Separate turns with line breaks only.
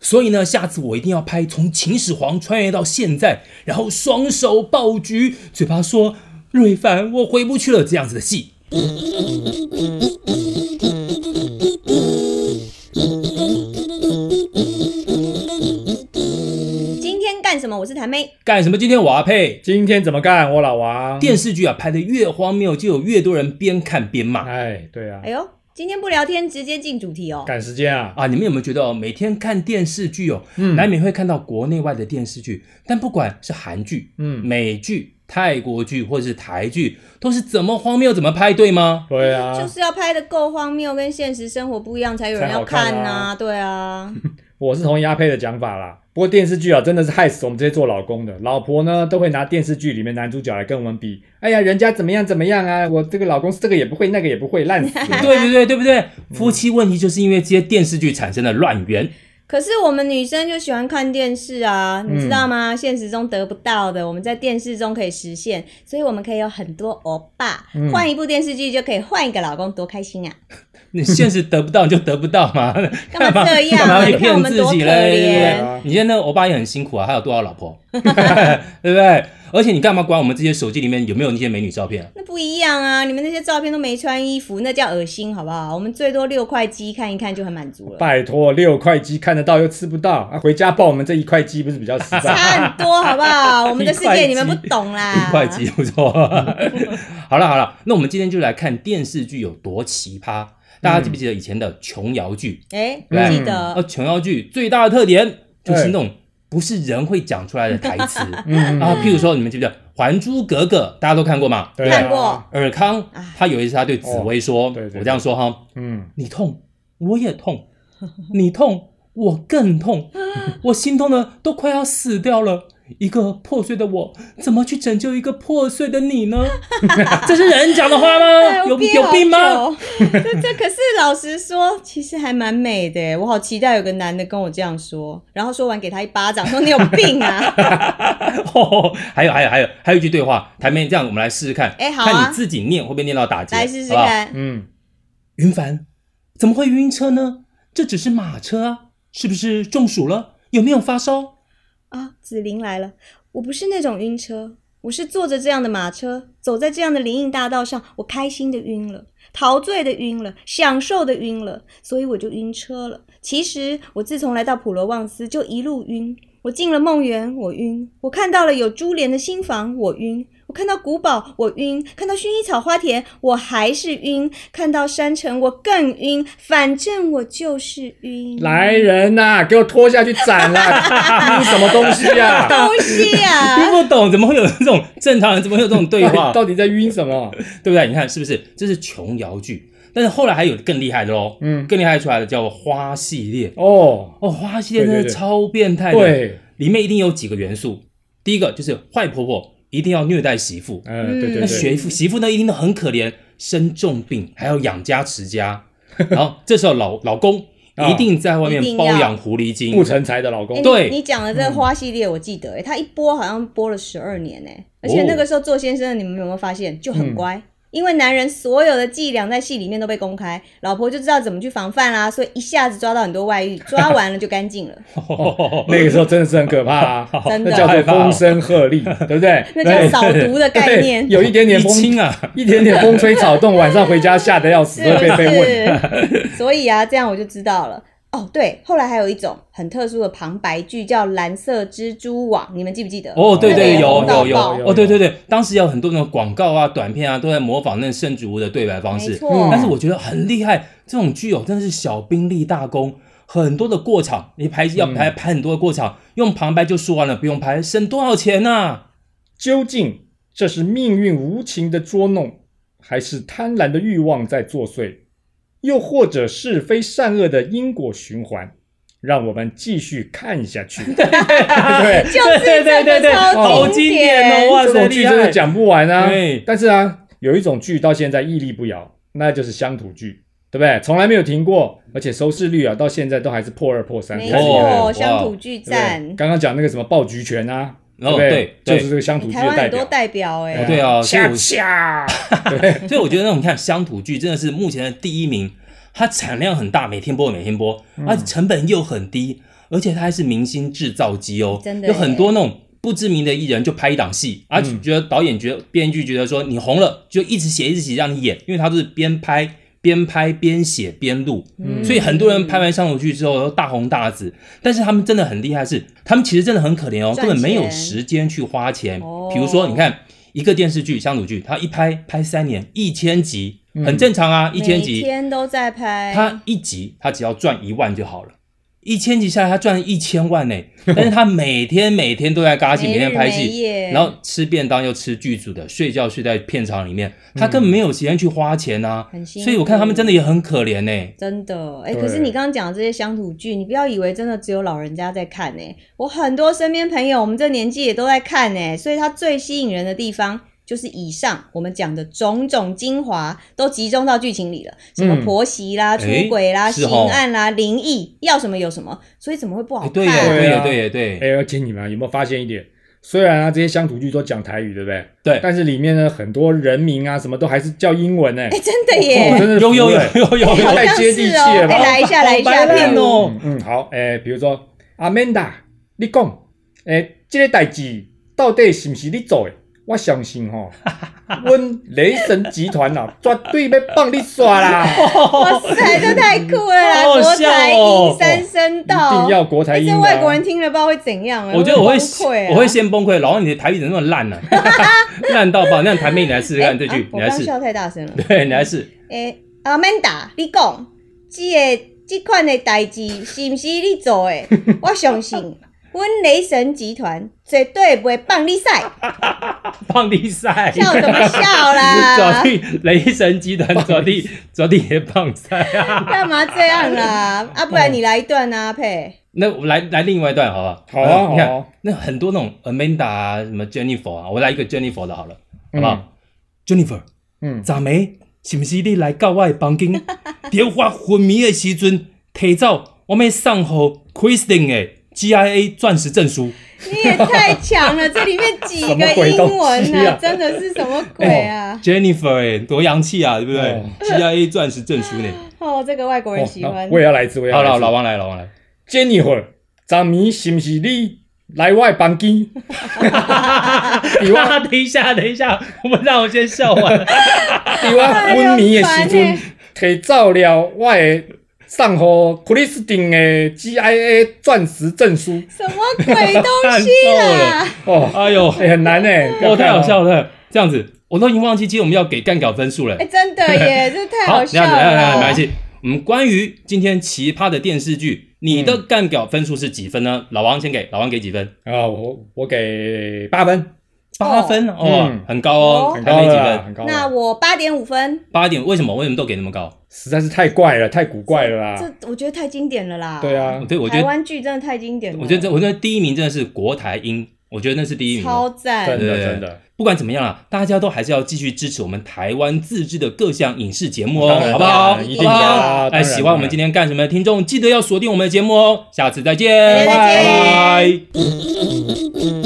所以呢，下次我一定要拍从秦始皇穿越到现在，然后双手抱菊，嘴巴说“瑞凡，我回不去了”这样子的戏。
今天干什么？我是谭妹。
干什么？今天我要配
今天怎么干？我老王。
电视剧啊，拍的越荒谬，就有越多人边看边骂
哎，对啊
哎，呦，今天不聊天，直接进主题哦。
赶时间啊。
啊！你们有没有觉得哦，每天看电视剧哦，
嗯
难免会看到国内外的电视剧，但不管是韩剧、
嗯，
美剧、泰国剧或者是台剧，都是怎么荒谬怎么拍，对 吗？
对
就
啊，
是要拍的够荒谬，跟现实生活不一样，才有人要
才
看
好看
呐、
啊
对啊，
我是同意阿佩的讲法啦。不过电视剧啊，真的是害死我们这些做老公的。老婆呢，都会拿电视剧里面男主角来跟我们比。哎呀，人家怎么样怎么样啊，我这个老公这个也不会，那个也不会，烂死啊 了。
对不对？对不对？夫妻问题就是因为这些电视剧产生的乱源。
可是我们女生就喜欢看电视啊，你知道吗？现实中得不到的，我们在电视中可以实现，所以我们可以有很多欧巴，换、一部电视剧就可以换一个老公，多开心啊！
你现实得不到你就得不到嘛，
干嘛这样
干
啊？
嘛
你
要
看
骗
我们
自
多可
己嘞？对
怜。
不对你现在那个欧巴也很辛苦啊，他有多少老婆，对不对？而且你干嘛管我们这些手机里面有没有那些美女照片啊？
那不一样啊！你们那些照片都没穿衣服，那叫恶心，好不好？我们最多六块肌看一看就很满足了，
拜托，六块鸡看得到又吃不到啊，回家抱我们这一块鸡不是比较实
差
在？
很多，好不好？我们的世界你们不懂啦。
一块肌不错。 好了好了，那我们今天就来看电视剧有多奇葩。大家记不记得以前的琼瑶剧？
哎、
对
记得、
呃，琼瑶剧最大的特点就是那种不是人会讲出来的台词
嗯，
啊，譬如说你们记不记得《还珠格格》？大家都看过嘛？
对
看过
啊，
尔康
啊
他有一次他对紫薇说：“
哦对对对
我这样说哈，
嗯，
你痛我也痛，你痛我更 痛，我心痛的都快要死掉了。”一个破碎的我，怎么去拯救一个破碎的你 呢？这是人讲的话
哎
吗？哦
我
有
憋
有
好
病吗？
久？ 这这可是老实说，其实还蛮美的耶。我好期待有个男的跟我这样说，然后说完给他一巴掌，说你有 病啊！
哦，还有还有还有还有一句对话，台面这样，我们来试试看，
哎好啊
看你自己念会不会念到打结，
来试试
好不好。
看。
嗯，
云凡，怎么会晕车呢？这只是马车啊，是不是中暑了？有没有发烧？
啊，紫菱来了！我不是那种晕车，我是坐着这样的马车，走在这样的林荫大道上，我开心的晕了，陶醉的晕了，享受的晕了，所以我就晕车了。其实我自从来到普罗旺斯就一路晕，我进了梦园，我晕；我看到了有珠帘的新房，我晕。我看到古堡，我晕；看到薰衣草花田，我还是晕；看到山城，我更晕。反正我就是晕。
来人呐、给我拖下去斩啦！晕什么东西啊？
东西 啊！
听不懂，怎么会有这种正常人怎么会有这种对 话？
到底在晕什么？
对不对？你看是不是？这是琼瑶剧，但是后来还有更厉害的喽，
嗯，
更厉害出来的叫花系列。
哦，
哦，花系列
对
真
对
的
对
超变态的，
对，
里面一定有几个元素。第一个就是坏婆婆一定要虐待媳妇，
嗯，对
那
对对，
媳妇媳妇呢一定都很可怜，生重病还要养家持家， 然后这时候老老公
啊
一定在外
一
面
定
包
要
养狐狸精
不，成才的老
欸
公
你，
对
你讲的这个花系列，我记得、欸，哎、它一播好像播了十二年、欸，而且那个时候做先生的，你们有没有发现就很乖？因为男人所有的伎俩在戏里面都被公开，老婆就知道怎么去防范啦、所以一下子抓到很多外遇，抓完了就干净了，
哦 那个时候真的是很可怕 啊，
真
那叫
的，
做风声鹤 唳，对不对？
那叫扫毒的概念
对，有一点点
一
风，
清啊，
一点点风吹 草动，晚上回家吓得要死，
是
会
不
被被问。
是？所以啊，这样我就知道了。哦，对，后来还有一种很特殊的旁白剧叫《蓝色蜘蛛网》，你们记不记得？
哦，对
那个
对，
也
有
红到
有
爆
有，
有
哦，对对对，当时有很多那种广告啊、短片啊，都在模仿那圣主屋的对白方
没
式，
错。
但是我觉得很厉害，这种剧哦真的是小兵立大功，很多的过场，你拍要拍
嗯
拍很多的过场，用旁白就说完了，不用拍，省多少钱啊呐？
究竟这是命运无情的捉弄，还是贪婪的欲望在作祟？又或者是非善恶的因果循环？让我们继续看 下去。对，
就是
对对对
这个
对，
超
好
经
经
典
典哦，哇
这
塞，
种剧
厉
真的
害！
讲不完啊
对。
但是啊，有一种剧到现在屹立不摇，那就是乡土剧，对不对？从来没有停过，而且收视率啊，到现在都还是破二破三，
没
太厉害了
错，
哇
乡土巨
对不对
赞。
刚刚讲那个什么爆菊拳啊，
哦
不对？
对
就是这个乡土
欸
剧
台
的
湾
代
很多
表。
代表哎、
哦对啊，所以
恰
我
恰，
所以我觉得那种你看乡土剧真的
嗯
是目前的第一名，它产量很大，每天播每天播，而且成本又很低，而且他还是明星制造机哦，
真的
有
耶
很多那种不知名的艺人就拍一档戏，啊，
嗯
觉得导演觉得编剧觉得说你红了就一直写一直写让你演，因为他都是边拍边拍边写边录，
嗯
所以很多人拍完上舞剧之后都大红大紫，但是他们真的很厉害是，他们其实真的很可怜哦，
赚
根本没有
钱
时间去花钱。
哦
比如说，你看一个电视剧乡土剧，它一拍拍三年，一千集，
嗯
很正常啊，一千
每
集，
天都在拍，
它一集它只要赚一万就好了。一千集下来，他赚了一千万呢、 但是他每天每天都在嘎戏，
每
每
日
天拍
每
戏，
夜
然后吃便当又吃剧组的，睡觉睡在片场里面，他根本没有时间去花钱啊。
嗯很辛苦
所以我看他们真的也很可怜呢、
真的，哎、
对
可是你刚刚讲的这些乡土剧，你不要以为真的只有老人家在看呢、我很多身边朋友，我们这年纪也都在看呢、所以它最吸引人的地方。就是以上我们讲的种种精华都集中到剧情里了，什么
嗯
婆媳
哎
啦、出轨啦、
是
刑
哦
案啦、灵异，要什么有什么，所以怎么会不好
哎
看？
对耶，
对
耶，
啊
对耶，对。
哎，而且你们啊有没有发现一点？虽然啊，这些乡土剧都讲台语，对不对？
对
但是里面呢，很多人名啊，什么都还是叫英文呢。
哎真的
哦
耶，
真的是
有有有
服
有有
哎 好
有，
像
太接地
是
气
哦。
了吧
哎，来一下，来一
好
下，
白烂
譬如
哦
嗯嗯，好，哎，比如说 Amanda，你讲，哎，这个代志到底是不是你做的？我相 信吼，阮雷神集团啊，绝对要帮你 耍啦，
哇塞，这太酷了啦！
好好
国
笑
台
哦
英三声
一
道，
定要国台
哎
英
这
的啊。
外国人听了不知道会怎样、欸，
我觉得我会
崩溃、啊，
我会先崩溃，然后你的台语怎么那么烂呢？烂到爆！那台妹你来试试
哎
看这
啊
句，
我
你来
刚
试，
笑太大声了。
对，你来试。
诶、阿曼达，你讲，这个这款的代志是毋是你 做的？我相信，阮雷神集团绝对不会 放你赛，
放地赛，
笑什么笑
左
啦？
地雷神集团左地左地也棒赛啊！
干嘛这样啦？啊，不然你来一段 啊，
嗯
佩。
那我们来来另外一段好不好？
好啊
你
好
看
啊
那很多那种 Amanda 啊，什么 Jennifer 啊，我来一个 Jennifer 的好了，好
嗯
不好？Jennifer，
嗯，
昨暝是毋是你来到我的房 间？伫我昏迷的时阵，提走我要送互 Kristen 的 GIA 钻石证书。
你也太强了，这里面几
什
个
么鬼
英文
东西啊
真的是什么鬼啊？
Jennifer 哎、多洋气啊，对不对、
哦
g i a 钻石证书呢、
哦，这个外国人喜
哦
欢。
我也要来一次，我也要
好
来一
了，
次
老王来， 老王来。
Jennifer，昨暝是毋是你来我的 房间？伫我
哇，等一下，等一下，我们让我先笑完。
伫我昏迷的时
哎
阵，
欸
摕走了我的送互 Christine 的 GIA 钻石证书。
什么鬼东西啦
看？
哦，
哎 呦，
哎很难哎，
哦，太好笑
了。
了。这样子，我都已经忘记今天我们要给干稿分数了
哎、。真的耶，这太
好，这
笑
样子，来来来，
了。
没关系。我们关于今天奇葩的电视剧，你的干稿分数是几分呢？老王先给，老王给几分？
啊，我我给八分，
八分哦，
嗯
很高哦，
哦
很
台
高
妹几
了啦，
分？
很高了。
那我八点五分，
八点，为什么？为什么都给那么高？
实在是太怪了，太古怪了啦。
这我觉得太经典了啦。
对，啊，
对，我觉
台
得
湾剧真的太经典了。
我觉得这，我觉得第一名真的是国台英，我觉得那是第一名
超
的。
真
赞。
对
的真的。
不管怎么样啊，大家都还是要继续支持我们台湾自制的各项影视节目哦
当，然
好不好？
当然一
好
定
不
要啊
好
当
哎，
然
喜
当
欢
然
我们今天干什么的听众，记得要锁定我们的节目哦。下次再见，
再见
拜拜。
Thank you.